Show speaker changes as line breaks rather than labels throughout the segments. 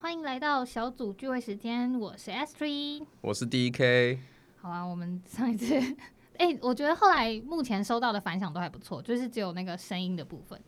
欢迎来到小组聚会时间，我是 S Three。
我是 DK，
好啊，我们上一次，哎、我觉得后来目前收到的反响都还不错，就是只有那个声音的部分。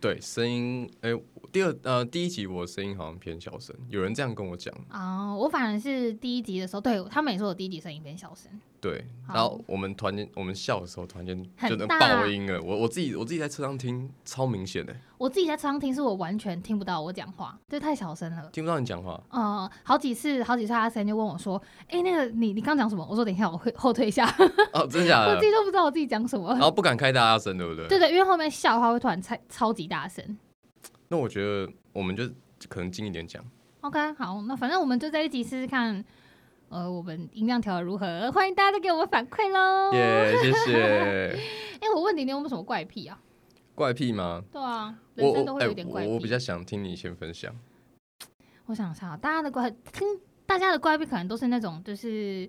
对，声音，哎、第二呃第一集我的声音好像偏小声，有人这样跟我讲，
啊、我反而是第一集的时候，对他们也说我第一集声音变小声，
对，
好
然后我们团间我们笑的时候，突然间
很
就能
大
爆音了，我我自己我自己在车上听超明显的，
我自己在车上听是我完全听不到我讲话，这太小声了。
听不到你 讲话，
呃，好几次，好几次阿森就问我说：“哎、那个你你刚讲什么？”我说：“等一下，我会后退一下。
哦，真的假
我
的
自？己都不知道我自己讲什么
然。后不敢开大声，对不对？
对对，因为后面笑的话会突然超超级大声。
那我觉得我们就可能近一点讲，
OK，好，那反正我们就在一起试试看，呃，我们音量调的如何？欢迎大家都给我们反馈喽。哎、
耶、谢谢。
我问你，你有没有什么怪癖啊？
怪癖吗？
对啊，人
我
生都
我
会
哎、
有点怪
我
癖。
我比较想听你先分享，
我想一下，大家的怪听大家的怪癖可能都是那种就是。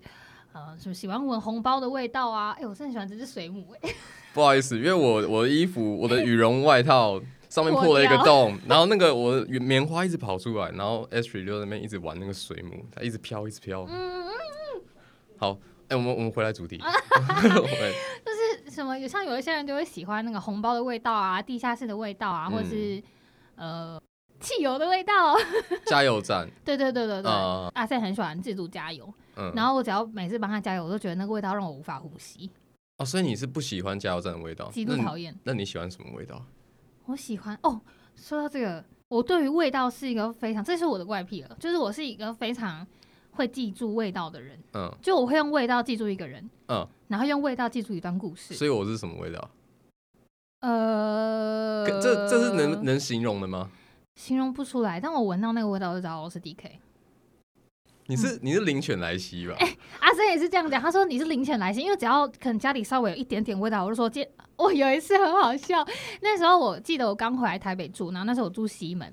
呃，什么喜欢闻红包的味道啊？哎、我真的喜欢这只水母、哎，
不好意思，因为我我的衣服，我的羽绒 外套上面破了一个
破
洞，然后那个我的棉花一直跑出来，然后 Ashley 就在那边一直玩那个水母，它一直飘，一直飘。
嗯，
好，哎、我们我们回来 主题。我们
就是什么，有像有一些人就会喜欢那个红包的味道啊，地下室的味道啊，或
嗯
是、呃汽油的味道。
加油站，
对对对对对，
啊
阿塞很喜欢自助加油，
嗯，
然后我只要每次帮他加油，我都觉得那个味道让我无法呼吸，
哦，所以你是不喜欢加油站的味道？
极
哦那
度
你
讨厌。
那你喜欢什么味道？
我喜欢哦，说到这个，我对于味道是一个非常，这是我的怪癖了，就是我是一个非常会记住味道的人，
嗯
就我会用味道记住一个人，
嗯，
然后用味道记住一段故事。
所以我是什么味道？
呃
可，这这是能能形容的吗？
形容不出来，但我闻到那个味道我就知道我是 DK。
你
嗯
是、你是灵犬莱西吧？
阿森啊也是这样讲，他说你是零钱来信，因为只要可能家里稍微有一点点味道，我就说今 我有一次很好笑，那时候我记得我刚回来台北住，然后那时候我住西门，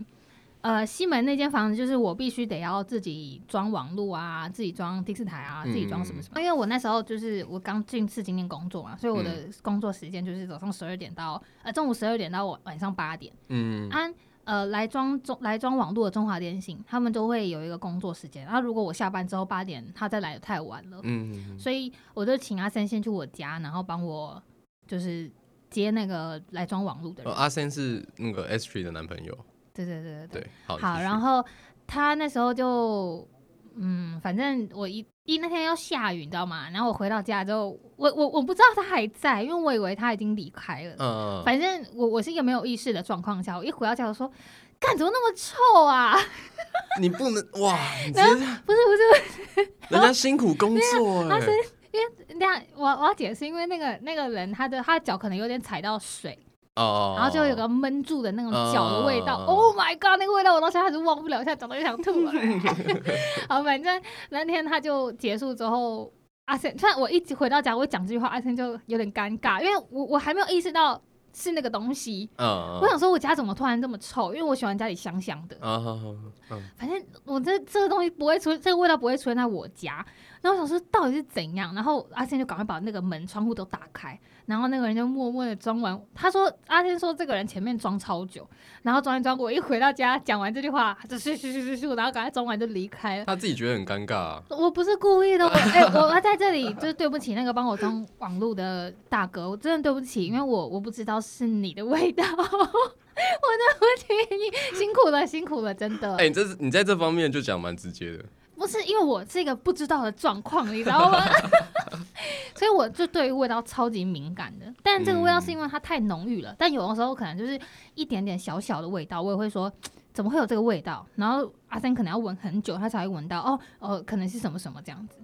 呃，西门那间房子就是我必须得要自己装网络啊，自己装第四台啊，
嗯
自己装什么什么，因为我那时候就是我刚进次今天工作嘛，所以我的
嗯
工作时间就是早上十二点到呃中午十二点到晚晚上八点。
嗯，
安呃来装中来装网络的中华电信，他们都会有一个工作时间。然后如果我下班之后八点，他再来得太晚了，
嗯，
所以我就请阿三先去我家，然后帮我就是接那个来装网络的
哦
人。
阿森是那个 S Tree 的男朋友，
对对对对对。
对，好，
好，然
后
后他那时候就。嗯，反正我一一那天要下雨，你知道吗？然后我回到家之后，我我我不知道他还在，因为我以为他已经离开了。
嗯，
反正我我是一个没有意识的状况下，我一回到家我说，干怎么那么臭啊？
你不能哇，你直接
不是不是，
人家辛苦工作哎、
啊他是 因为那样我我要解释，因为那个那个人他的他的脚可能有点踩到水，
哦，
然后就有个闷住的那种
哦
脚的味道。
哦
oh my god，那个味道我到现在还是忘不了，现在讲到就想吐了。 好，反正那天他就结束之后，阿森，突然我一直回到家，我讲这句话，阿森就有点尴尬，因为我我还没有意识到是那个东西。
嗯，
我想说，我家怎么突然这么臭？因为我喜欢家里香香的。
啊，好好嗯，
反正我这这个东西不会出，这个味道不会出现在我家。然后我想说到底是怎样，然后阿仙就赶快把那个门窗户都打开，然后那个人就默默的装完。他说阿仙说这个人前面装超久，然后装一装，我一回到家讲完这句话，他就咻咻咻咻咻，然后赶快装完就离开了。
他自己觉得很尴尬、啊
我不是故意的，我哎、我我在这里就是对不起那个帮我装网络的大哥，我真的对不起，因为我我不知道是你的味道， 我对不起你，辛苦了辛苦了，真的。
哎、你这是你在这方面就讲蛮直接的，
不是因为我是一个不知道的状况，你知道吗？ 所以我就对于味道超级敏感的。但这个味道是因为它太浓郁了，但有的时候可能就是一点点小小的味道，我也会说嘖怎么会有这个味道？然后阿三可能要闻很久，他才会闻到哦哦，可能是什么什么这样子。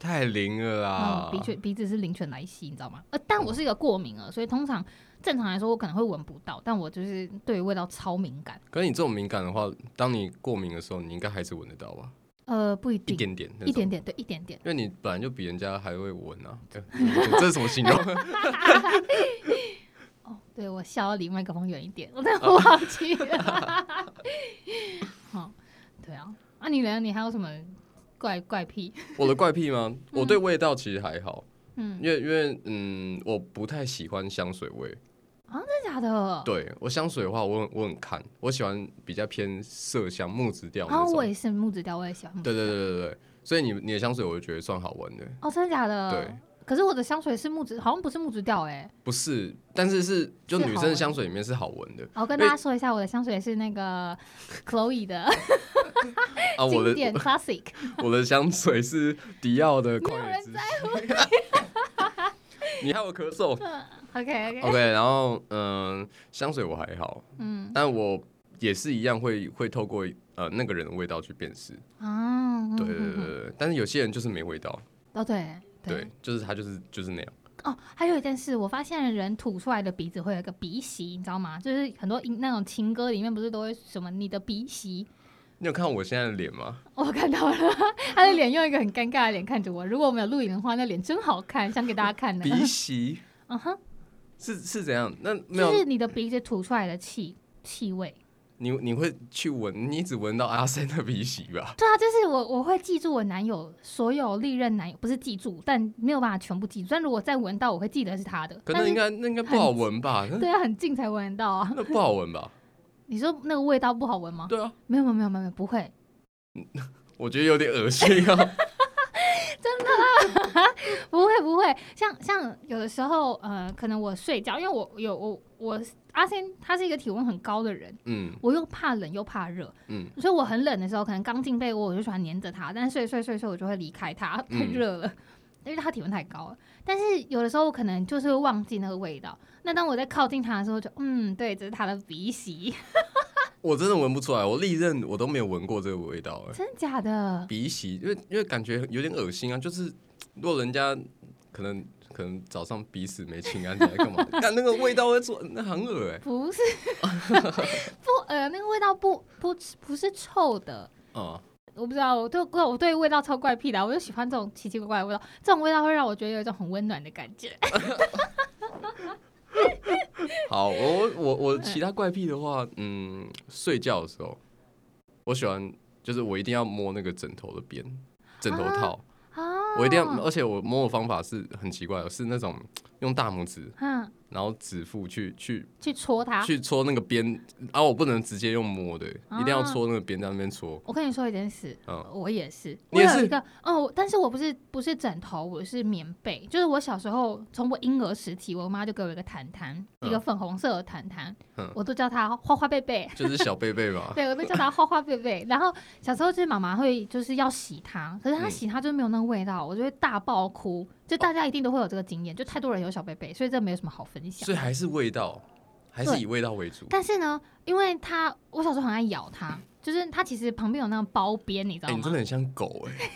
太灵了啦
嗯，。鼻犬鼻子是灵犬来袭，你知道吗？呃，但我是一个过敏儿，所以通常正常来说我可能会闻不到，但我就是对于味道超敏感。
可是你这种敏感的话，当你过敏的时候，你应该还是闻得到吧？
呃，不一
一
定，
点点，
一点，点，对，一点点。
因为你本来就比人家还会闻 啊。对这是什么形容？
哦，对，我笑要离麦克风远一点，我
啊
真的忘记了。好，对啊，啊你呢？你还有什么怪怪癖？
我的怪癖吗？我对味道其实还好，
嗯，
因为因为嗯，我不太喜欢香水味。
真的假假的？
对我香水的话，我很我很看，我喜欢比较偏麝香木质调
然
那
后哦
种。
啊我也是木质调，我也喜欢木质
啊对对
调。
对对对，所以你你的香水我觉得算好闻的，
哦，真的假的？
对。
可是我的香水是木质，好像不是木质调哎。
不是，但是是就是女
好
生的
闻
香水里面是好闻的
我跟
因为
大家说一下，我的香水是那 个 Chloe 的
啊。我
经
的
典 Classic，
我的香水是迪奥的旷
有
野
人
之心。 你害我咳嗽。
OK OK，
OK，然后嗯、香水我还好，
嗯
但我也是一样会会透过呃那个人的味道去辨识。
啊，嗯
对对
嗯
对
嗯
对，对但是有些人就是没味道，
哦对
对，就是他就是就是那样。
哦，还有一件事，我发现人吐出来的鼻子会有一个鼻息，你知道吗？就是很多音那种情歌里面不是都会什么你的鼻息，
你有看我现在的脸吗？
我看到了，他的脸用一个很尴尬的脸看着我。如果我们有录影的话，那脸真好看，想给大家看的。
鼻息
嗯哼，
是是怎样？那没
就
有
是你的鼻子吐出来的气气味。
你你会去闻，你只闻到阿森的鼻息吧？
对啊，就是我我会记住我男友所有历任男友，不是记住，但没有办法全部记住。但如果再闻到，我会记得是他的。
可
但
那
是
应该那应该不好闻吧？那
对啊，很近才闻得到啊。
那不好闻吧？
你说那个味道不好闻吗？
对啊，
没有没有没有没有，不会。
我觉得有点恶心啊。
不会不会，像像有的时候，呃，可能我睡觉，因为我有我我阿仙他是一个体温很高的人，
嗯
我又怕冷又怕热，
嗯，
所以我很冷的时候，可能刚进被窝我就喜欢黏着他，但是睡睡睡睡我就会离开他，
嗯
太热了，因为他体温太高了。但是有的时候我可能就是会忘记那个味道，那当我在靠近他的时候就，嗯，对，这是他的鼻息，
我真的闻不出来，我历任我都没有闻过这个味道、哎，
真的假的？
鼻息，因为因为感觉有点恶心啊。就是如果人家可能可能早上鼻屎没清干净，还干嘛？ 看那个味道会做，那很恶哎、
不是， 不呃，那个味道不不不是臭的，
哦、
我不知道，我对我对味道超怪癖的啊，我就喜欢这种奇奇怪怪的味道，这种味道会让我觉得有一种很温暖的感觉。
好，我我我其他怪癖的话，嗯，睡觉的时候，我喜欢就是我一定要摸那个枕头的边，枕头套，
啊，
我一定要，而且我摸的方法是很奇怪的，是那种用大拇指，
嗯，
然后指腹去去
去戳它。
去戳那个边，啊，我不能直接用摸的，
啊
一定要戳那个边，在那边戳。
我跟你说一件事，
嗯
我也是，
你
我
也
有
是
一个哦，我但是我不是不是枕头，我是棉被，就是我小时候从我婴儿时期，我妈就给我一个毯毯，
嗯
一个粉红色的毯毯，
嗯
我都叫它花花贝贝。，
就是小贝贝 嘛
对，我都叫它花花贝贝。 然后小时候就是妈妈会就是要洗它，可是它
嗯
洗它就没有那个味道，我就会大爆哭。就大家一定都会有这个经验，就太多人有小贝贝，所以这没有什么好分享
所。以还是味道，还是
对
以味道为主。
但是呢，因为它我小时候很爱咬它，就是它其实旁边有那个包边，你知
哎、
道
你真
吗？
的很像 狗哎、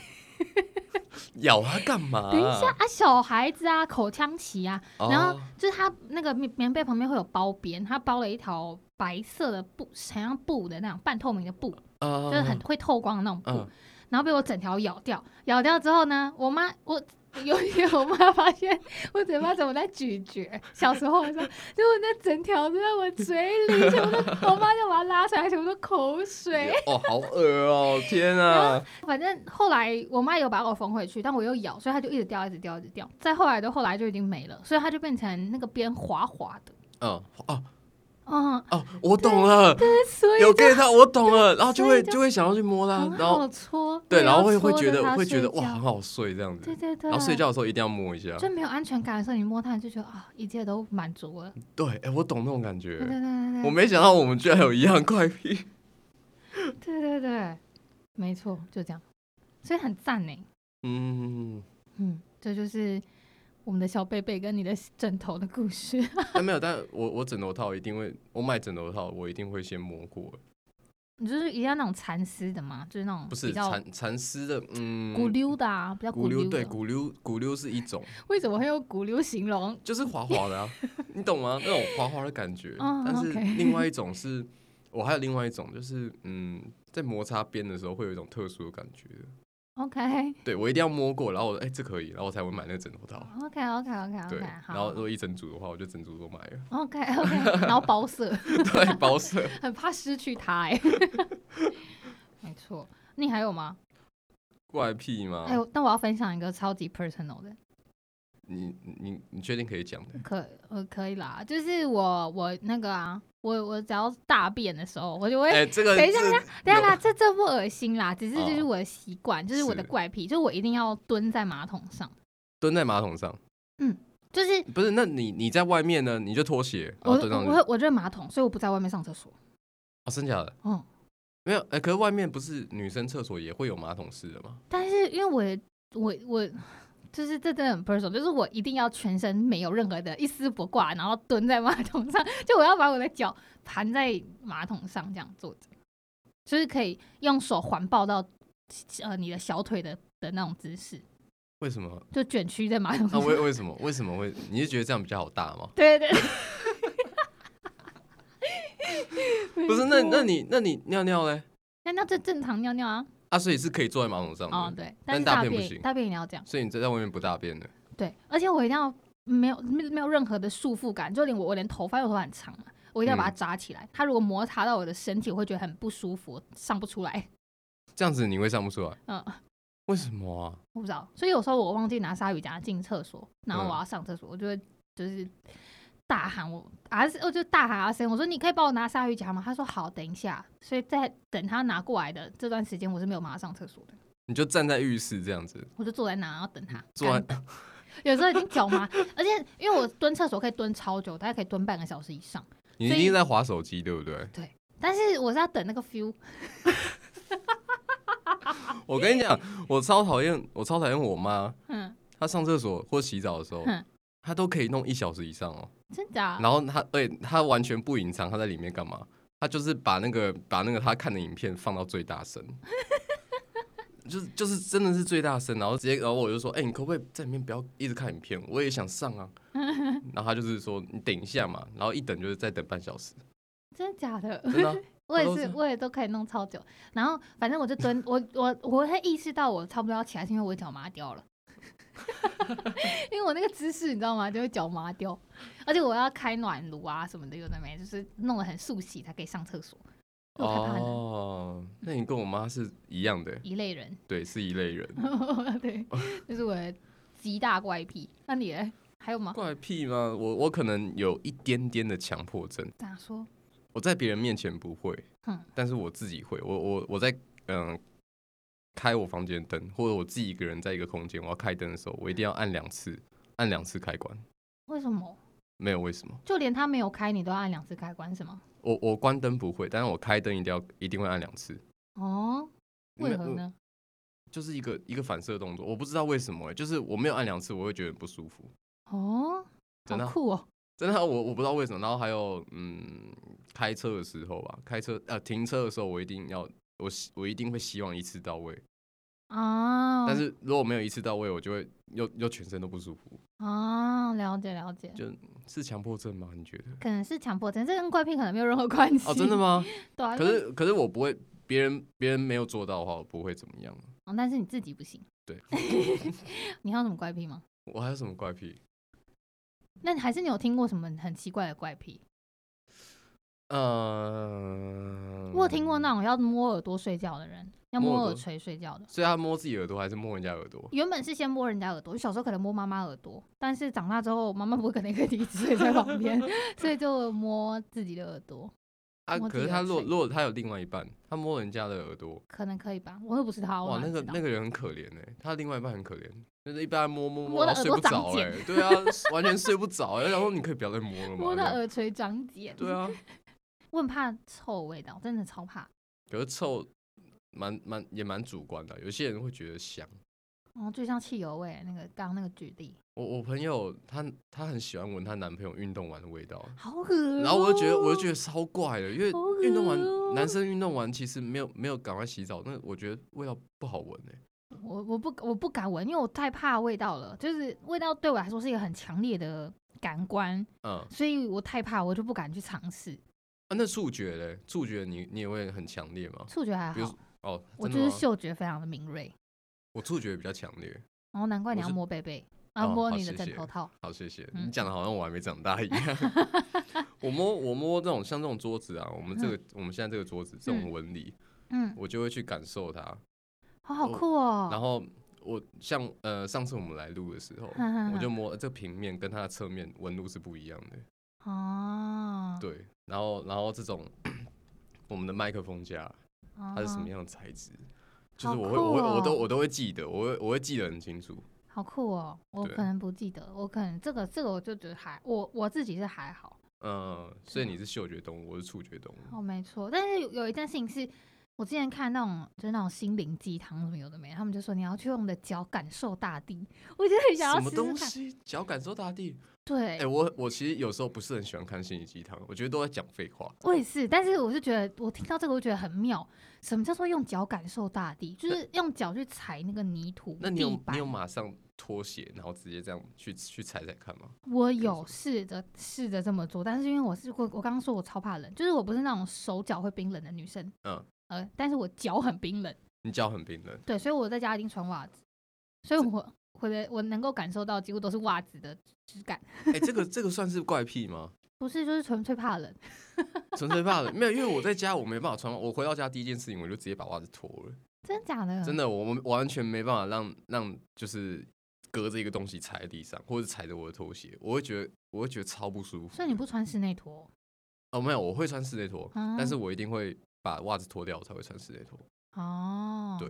咬它干嘛、
等一下啊，小孩子啊，口腔期啊，
哦，
然后就是它那个棉棉被旁边会有包边，它包了一条白色的布，好像布的那种半透明的布，
啊
就是很会透光的那种布，
嗯
然后被我整条咬掉。咬掉之后呢，我妈我。 有一天，我妈发现我嘴巴怎么在咀嚼，小时候的时候，就我那整条都在我嘴里，全部都， 我妈就把它拉出来，全部都口水。
哦，好恶哦、天啊！
反正后来我妈有把我缝回去，但我又咬，所以它就一直掉，一直掉，一直掉。再后来的后来就已经没了，所以它就变成那个边滑滑的。
嗯，哦
嗯，
哦，我懂了，
所以
有 get 到，我懂了，然后就会
所以就
就会想要去摸它
很，嗯
然后
啊好搓，
对，然后会
要
会
搓
觉
着
得
它
会觉
睡
得哇，
觉
很好睡这样子
对。对对，
然后睡觉的时候一定要摸一下。
就没有安全感的时候，你摸它你就觉得啊，一切都满足了。
对，哎、我懂那种感
对
觉。
对对
我
对
没想到我们居然有一样怪癖。
对对对对，没错，就这样，所以很赞呢。
嗯，
嗯，这就是我们的小贝贝跟你的枕头的故事。
但没有，但我我枕头套一定会，我买枕头套我一定会先摸过，
你就是一定要那种蚕丝的嘛，就是那种
不
比
是
较
蚕蚕丝的，嗯，
骨溜的啊，比较
骨
溜
溜
的。
对骨溜骨溜是一种，
为什么会用骨溜形容？
就是滑滑的啊，你懂吗？那种滑滑的感觉。
嗯
但是
OK
另外一种是，我还有另外一种就是，嗯，在摩擦边的时候会有一种特殊的感觉。
OK
对我一定要摸过，然后我哎、这可以，然后我才会买那个枕头套。
OK OK OK
对，
OK，
然后
好
如果一整组的话，我就整组都买了。
OK OK，然后包色，
对，包色。
很怕失去它哎、 没错，你还有吗？
怪癖吗？啊
哎、呦，但我要分享一个超级 personal 的，
你你你确定可以讲的？
可呃可以啦，就是我我那个啊，我我只要大便的时候，我就会、
哎、这个
等一下
是
等一下
有
啦，这这不恶心啦，只是这就是
哦
我的习惯，就是我的
是
怪癖，就是我一定要蹲在马桶上，
蹲在马桶上，
就是
不是？那你你在外面呢？你就脱鞋，然
我
后
我
哦蹲上去
我会我热马桶，所以我不在外面上厕所。
哦，真假的？
嗯，
没有，哎、可是外面不是女生厕所也会有马桶室的吗？
但是因为我也我我就是这真的很 personal，就是我一定要全身没有任何的一丝不挂，然后蹲在马桶上， 就我要把我的脚盘在马桶上这样坐着，就是可以用手环抱到呃你的小腿的的那种姿势，
为什么？
就卷曲在马桶
啊，
上。
为为什么？为什么会？你是觉得这样比较好大吗？
对对，
不是，那那你那你尿尿嘞？
那那这正常尿尿啊？
啊，所以是可以坐在马桶上的，
哦，对，但
但是
是
大
大
便不
便
行
大便一定要这样。
所以你在在外面不大便的。
对，而且我一定要没有没没有任何的束缚感，就连我我连头发，因为我头发很长嘛，我一定要把它扎起来。它如果摩擦到我的身体，我会觉得很不舒服，上不出来。
这样子你会上不出来？
嗯，
为什么啊？
我不知道，所以有时候我忘记拿鲨鱼夹进厕所，然后
嗯
我要上厕所，我就会就是大喊我阿森，我就大喊阿森，我说你可以帮我拿鲨鱼夹吗？他说好，等一下。所以在等他拿过来的这段时间，我是没有马上上厕所的，
你就站在浴室这样子，
我就坐在那然后等他。
嗯坐
干
在
有时候已经脚麻，而且因为我蹲厕所可以蹲超久，大概可以蹲半个小时以上。
你一
所以
定在划手机，对不对？
但是我是要等那个 feel，
我跟你讲，我超讨厌，我超讨厌我妈，
嗯，
她上厕所或洗澡的时候
哼，
她都可以弄一小时以上哦。
真假？
然后她，而且她完全不隐藏她在里面干嘛，她就是把那个把那个她看的影片放到最大声。 就是就是真的是最大声，然后直接，然后我就说，哎、你可不可以在里面不要一直看影片？我也想上啊。然后她就是说，你等一下嘛，然后一等就是再等半小时，
真假的？
真的啊、
我也
都
是
是，
我也都可以弄超久。然后反正我就蹲， 我我我会意识到我差不多要起来，是因为我脚麻掉了。 因为我那个姿势，你知道吗？就会脚麻掉，而且我要开暖炉啊什么的，有的没，就是弄得很速洗才可以上厕所。我太怕冷，
哦，那你跟我妈是一样的，欸
一类人，
对，是一类人。
对，就是我的极大怪癖。那你嘞还有吗？
怪癖吗？我我可能有一点点的强迫症，
咋说？
我在别人面前不会，
嗯
但是我自己会。我我我在嗯、开我房间灯，或者我自己一个人在一个空间，我要开灯的时候，我一定要按两次，按两次开关。
为什么？
没有为什么，
就连他没有开，你都要按两次开关是吗？
我我关灯不会，但是我开灯一定要一定会按两次。
哦，为何
没有？
呢？
就是一个一个反射动作，我不知道为什么、欸，就是我没有按两次，我会觉得很不舒服。
哦，
真的
好
啊
酷哦！
真的啊，我我不知道为什么。然后还有，嗯，开车的时候吧，开车呃停车的时候，我一定要我希我一定会希望一次到位。
啊，
但是如果没有一次到位，我就会又又全身都不舒服，
啊，了解了解，
是强迫症吗？你觉得？
可能是强迫症，这跟怪癖可能没有任何关系
哦，真的？吗？
对啊，
可
因为、
是可是我不会，别人别人没有做到的话，我不会怎么样。
哦但是你自己不行。
对，
你还有什么怪癖吗？
我还有什么怪癖？
那你还是你有听过什么很奇怪的怪癖？
嗯，
我有听过那种要摸耳朵睡觉的人，要
摸
摸
耳
耳
朵
垂睡觉的。
所以他摸自己耳朵还是摸人家耳朵？
原本是先摸人家耳朵，小时候可能摸妈妈耳朵，但是长大之后，妈妈不可能可以一直睡在旁 边，所以就摸自己的耳朵，
啊，
摸自
可
己
是他
耳
如果
垂
如果他有另外一半，他摸人家的耳朵，
可能可以吧？我又不是他，我
哇，
哪
那个
啊知道
那个人很可怜哎、他另外一半很可怜，就是一般摸摸
摸
摸，
到
然后睡
耳
不
朵长
着哎、对啊，完全睡不着哎、然后你可以不要再摸了嘛，
摸到
这样
耳垂长茧，
对啊，
我很怕臭味道，真的超怕。
可是臭蛮蛮也蛮主观的，有些人会觉得香。
哦，就像汽油味那个刚刚那个举例，
我我朋友她她很喜欢闻她男朋友运动完的味道，
好恶哦、
然后我就觉得我就觉得超怪的，因为
好恶
运动
哦
完男生运动完其实没有没有赶快洗澡，那我觉得味道不好闻哎、
哦我我不我不敢闻，因为我太怕味道了，就是味道对我来说是一个很强烈的感官，
嗯，
所以我太怕，我就不敢去尝试。
啊那触觉嘞，触觉你你也会很强烈吗？
触觉还
比如
好
说，哦，
我
真
就
的
是
吗
嗅觉非常的敏锐，
我触觉比较强烈。
然后难怪你
我
要
是
摸贝贝啊，
哦
摸
好
你的
谢
枕
谢
头套。
好，谢谢。
嗯
你讲的好像我还没长大 一样。我摸我摸这种像这种桌子啊，我们这个、我们现在这个桌子这种纹理，
嗯，
我就会去感受它。
好好
我
酷哦、
然后我像呃上次我们来录的时候，
哈哈哈
我就摸这个平面跟它的侧面纹路是不一样的，
哦，
对，然后然后这种 我们的麦克风架它
它
是什么？样的材质，就
哦好
是我会、
酷
我会我都
哦
我都会记得，我会我会记得很清楚，
好酷哦！我
对
可能不记得，我可能这个这个我就觉得还我我自己是还好
嗯，所以
是
你是嗅觉动物，我是触觉动物，
哦，没错。但是有有一件事情是我之前看那种就是那种心灵鸡汤什么有的没的，他们就说你要去用你的脚感受大地，我就很想
什
要
么
试试
东
看。
西脚感受大地，
对，
哎、我我其实有时候不是很喜欢看心理鸡汤，我觉得都在讲废话。
我也是，但是我就觉得我听到这个，我就觉得很妙。什么叫做用脚感受大地？就是用脚去踩那个泥土
那你有
地板
你有马上脱鞋，然后直接这样去去踩踩看吗？
我有试着试着这么做，但是因为我是我我刚刚说我超怕冷，就是我不是那种手脚会冰冷的女生，
嗯，
呃，但是我脚很冰冷，
你脚很冰冷，
对，所以我在家一定穿袜子，所以我我的我能够感受到几乎都是袜子的质感，
哎、这个这个算是怪癖吗？
不是就是纯粹怕冷，
纯粹怕冷，没有，因为我在家我没办法穿袜，我回到家第一件事情我就直接把袜子脱了，
真假的？
真的，我们完全没办法让让就是隔着一个东西踩在地上，或者踩着我的拖鞋，我会觉得我会觉得超不舒服。
所以你不穿室内拖
哦，没有，我会穿室内拖，
嗯
但是我一定会把袜子脱掉，我才会穿室内拖。
哦？
对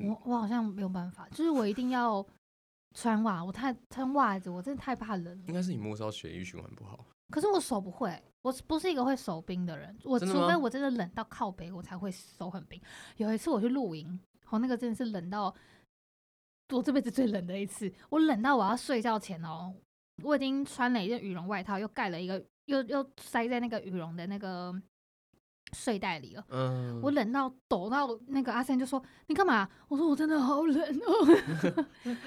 嗯
我我好像没有办法，就是我一定要穿袜，我太穿袜子，我真的太怕冷了。
应该是你末梢血液循环不好，
可是我手不会，我是不是一个会手冰的人，我
真的
除
吗
非我真的冷到靠北，我才会手很冰。有一次我去露营，哦，那个真的是冷到我这辈子最冷的一次，我冷到我要睡觉前哦，我已经穿了一件羽绒外套，又盖了一个，又又塞在那个羽绒的那个睡袋里了。
嗯，
我冷到抖到那个阿三就说：“你干嘛？”我说：“我真的好冷 哦，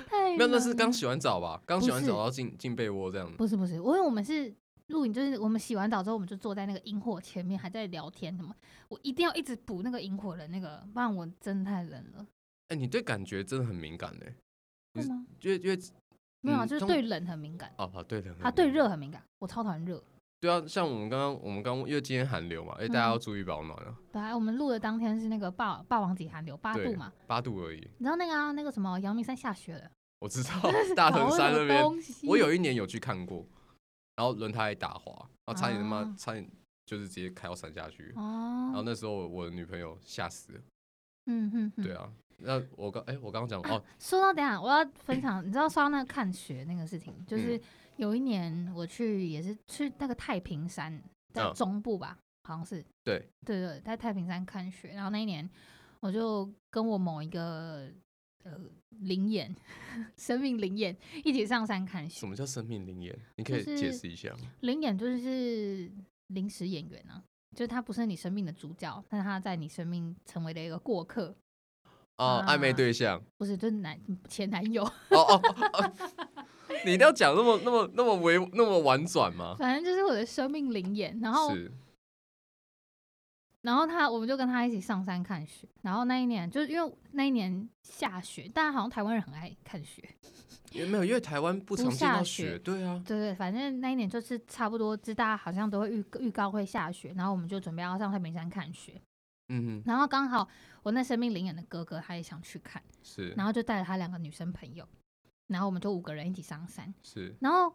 太
嗯没有，那是
冷
刚
了
洗完澡吧？刚洗
不
完
是
澡要进进被窝这样。
不是不是，因为我们是录影，就是我们洗完澡之后，我们就坐在那个萤火前面还在聊天什么。我一定要一直补那个萤火的那个，不然我真的太冷了，
哎、你对感觉真的很敏感嘞，你
会
是
吗？
因为因为
没有啊，
嗯
就是
通
对冷很敏感，
哦，好对的，
啊，对热很敏感，我超讨厌热。
对啊，像我们刚刚我们刚因为今天寒流嘛，哎、大家
嗯
要注意保暖啊，
本来我们录的当天是那个霸霸王级寒流八
对
度嘛，
八度而已，
你知道那个啊那个什么阳明山下雪了，
我知道大
搞
屯山
什
那
么
边，
东西
我有一年有去看过，然后轮胎还打滑，然后差点他妈、
啊
差点就是直接开到山下去，然后
哦，
那时候我我的女朋友吓死了，
嗯哼哼，
对啊，那我刚哎、我刚刚讲哦，
说到等一下，我要分享，你知道说到那个看雪那个事情，
嗯
就是有一年我去也是去那个太平山，在
嗯
中部吧，好像是
对
对对，在太平山看雪。然后那一年我就跟我某一个呃灵眼， 生命灵眼一起上山看雪。
什么叫生命灵验？你可
就
以解
是
释一下吗？
灵眼就是临时演员啊，就是他不是你生命的主角，但他在你生命成为了一个过客，
哦，暧昧
啊
对象。
不是就是男前男友。
哦哦哦哦，你一定要讲那么那么那么委那么婉转吗？
反正就是我的生命灵眼，然后
是，
然后他，我们就跟他一起上山看雪。然后那一年，就是因为那一年下雪，但好像台湾人很爱看雪。
也没有，因为台湾不常
不
见
下
到
雪
雪，对啊，
对对，反正那一年就是差不多，知大家好像都会预预告会下雪，然后我们就准备要上太平山看雪。
嗯哼，
然后刚好我那生命灵眼的哥哥他也想去看，
是
然后就带了他两个女生朋友，然后我们就五个人一起上山。
是，
然后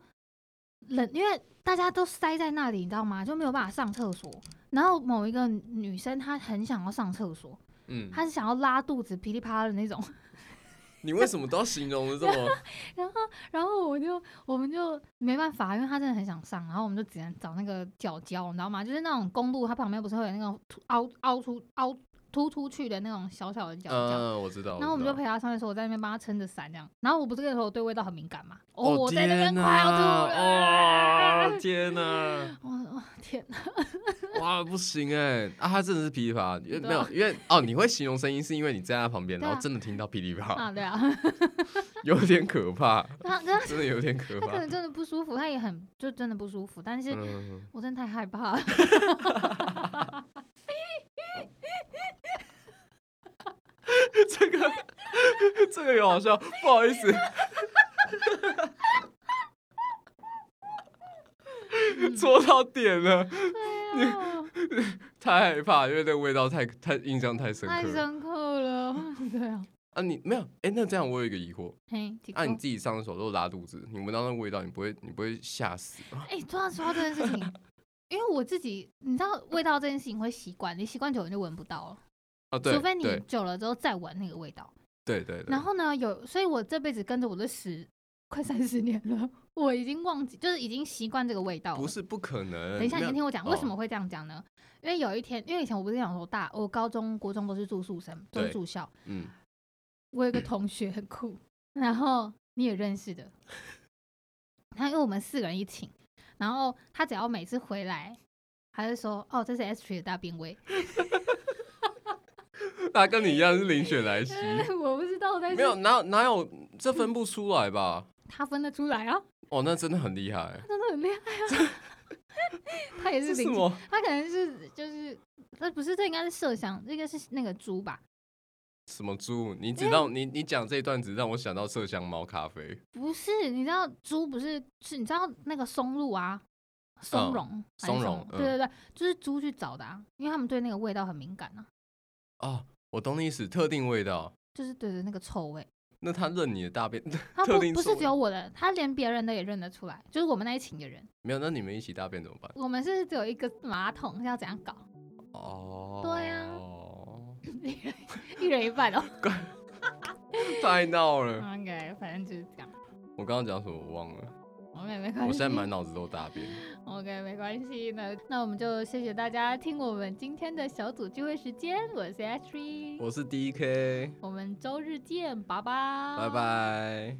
冷，因为大家都塞在那里，你知道吗？就没有办法上厕所。然后某一个女生她很想要上厕所，
嗯，
她是想要拉肚子噼里啪啦的那种。
你为什么都要形容的这么？
然后，然后我就我们就没办法，因为他真的很想上，然后我们就只能找那个角角，你知道吗？就是那种公路，它旁边不是会有那种凸凹凹出凹凸出去的那种小小的角角。
嗯，我知道，
然后我们就
知
陪
道
他上厕所，我在那边帮他撑着伞，这样。然后我不是跟你说我对味道很敏感嘛？哦，
哦
我在那边
天
快要吐
哪
了！
哦天哪，
我哦天哪！
哇，不行哎，啊，他真的是噼里啪啦，因为
对啊
没有，因为哦，你会形容声音是因为你站在他旁边，
对啊
然后真的听到噼里啪啦，
啊，对啊，
有点可怕，
他他
真的有点可
他可
怕
能，真的不舒服，他也很就真的不舒服，但是
嗯，
我真的太害怕了。
这个这个有好笑，不好意思。
嗯
戳到点了，
对啊。
太害怕，因为那个味道太太印象太深
太
刻了。
深刻了，对啊，
啊你没有，哎、那这样我有一个疑惑，
嘿，请
啊你
说
自己上厕所都拉肚子，你闻到那味道，你不会你不会吓死吗？
哎、说到说到这件事情，因为我自己你知道味道这件事情会习惯，你习惯久了你就闻不到了，
啊，对，
除非你
对
久了之后再闻那个味道。
对对对，
然后呢，有，所以我这辈子跟着我的屎快三十年了，我已经忘记，就是已经习惯这个味道了。
不是不可能，
等一下，
没
你
有
先听我讲，
哦
为什么会这样讲呢？因为有一天，因为以前我不是讲说大，我高中、国中都是住宿生，都是
对
住校。
嗯，
我有一个同学很酷，然后你也认识的，他因为我们四个人一寝，然后他只要每次回来，他就说：“哦，这是 S H 的大便 味。
他跟你一样是林雪莱” 西，
我不知道，但
没有
是
哪有哪有这分不出来吧？
他分得出来啊，
哦，那真的很厉害
他，真的很厉害 啊。他也
这
是
是
邻居
么？
他可能是就是，这不是这应该是麝香，这应该是那个猪吧？
什么猪？你
哎
只让你你讲这一段，只让我想到麝香猫咖啡、
不是，你知道猪不是是，你知道那个松露啊，松
嗯
茸还是
松
什
茸
么，
嗯
对对对，就是猪去找的啊，因为他们对那个味道很敏感啊，
哦，我懂你意思，特定味道。
就是对着那个臭味，
那他认你的大便，
他
特
不
定
不
臭
是
味
只有我的，他连别人的也认得出来，就是我们那一群的人，
没有？那你们一起大便怎么办？
我们是只有一个马桶，要怎样搞，
哦，
对
啊，
一人 一人一半 哦
太闹
嗯
了。
，OK，反正就是这样
我刚刚讲什么我忘了，
，OK，没关系，
我现在满脑子都大便。
OK，没关系。那那我们就谢谢大家听我们今天的小组聚会时间，我是 Ashley，我
我是 D K，
们周日见，拜拜，
拜。拜。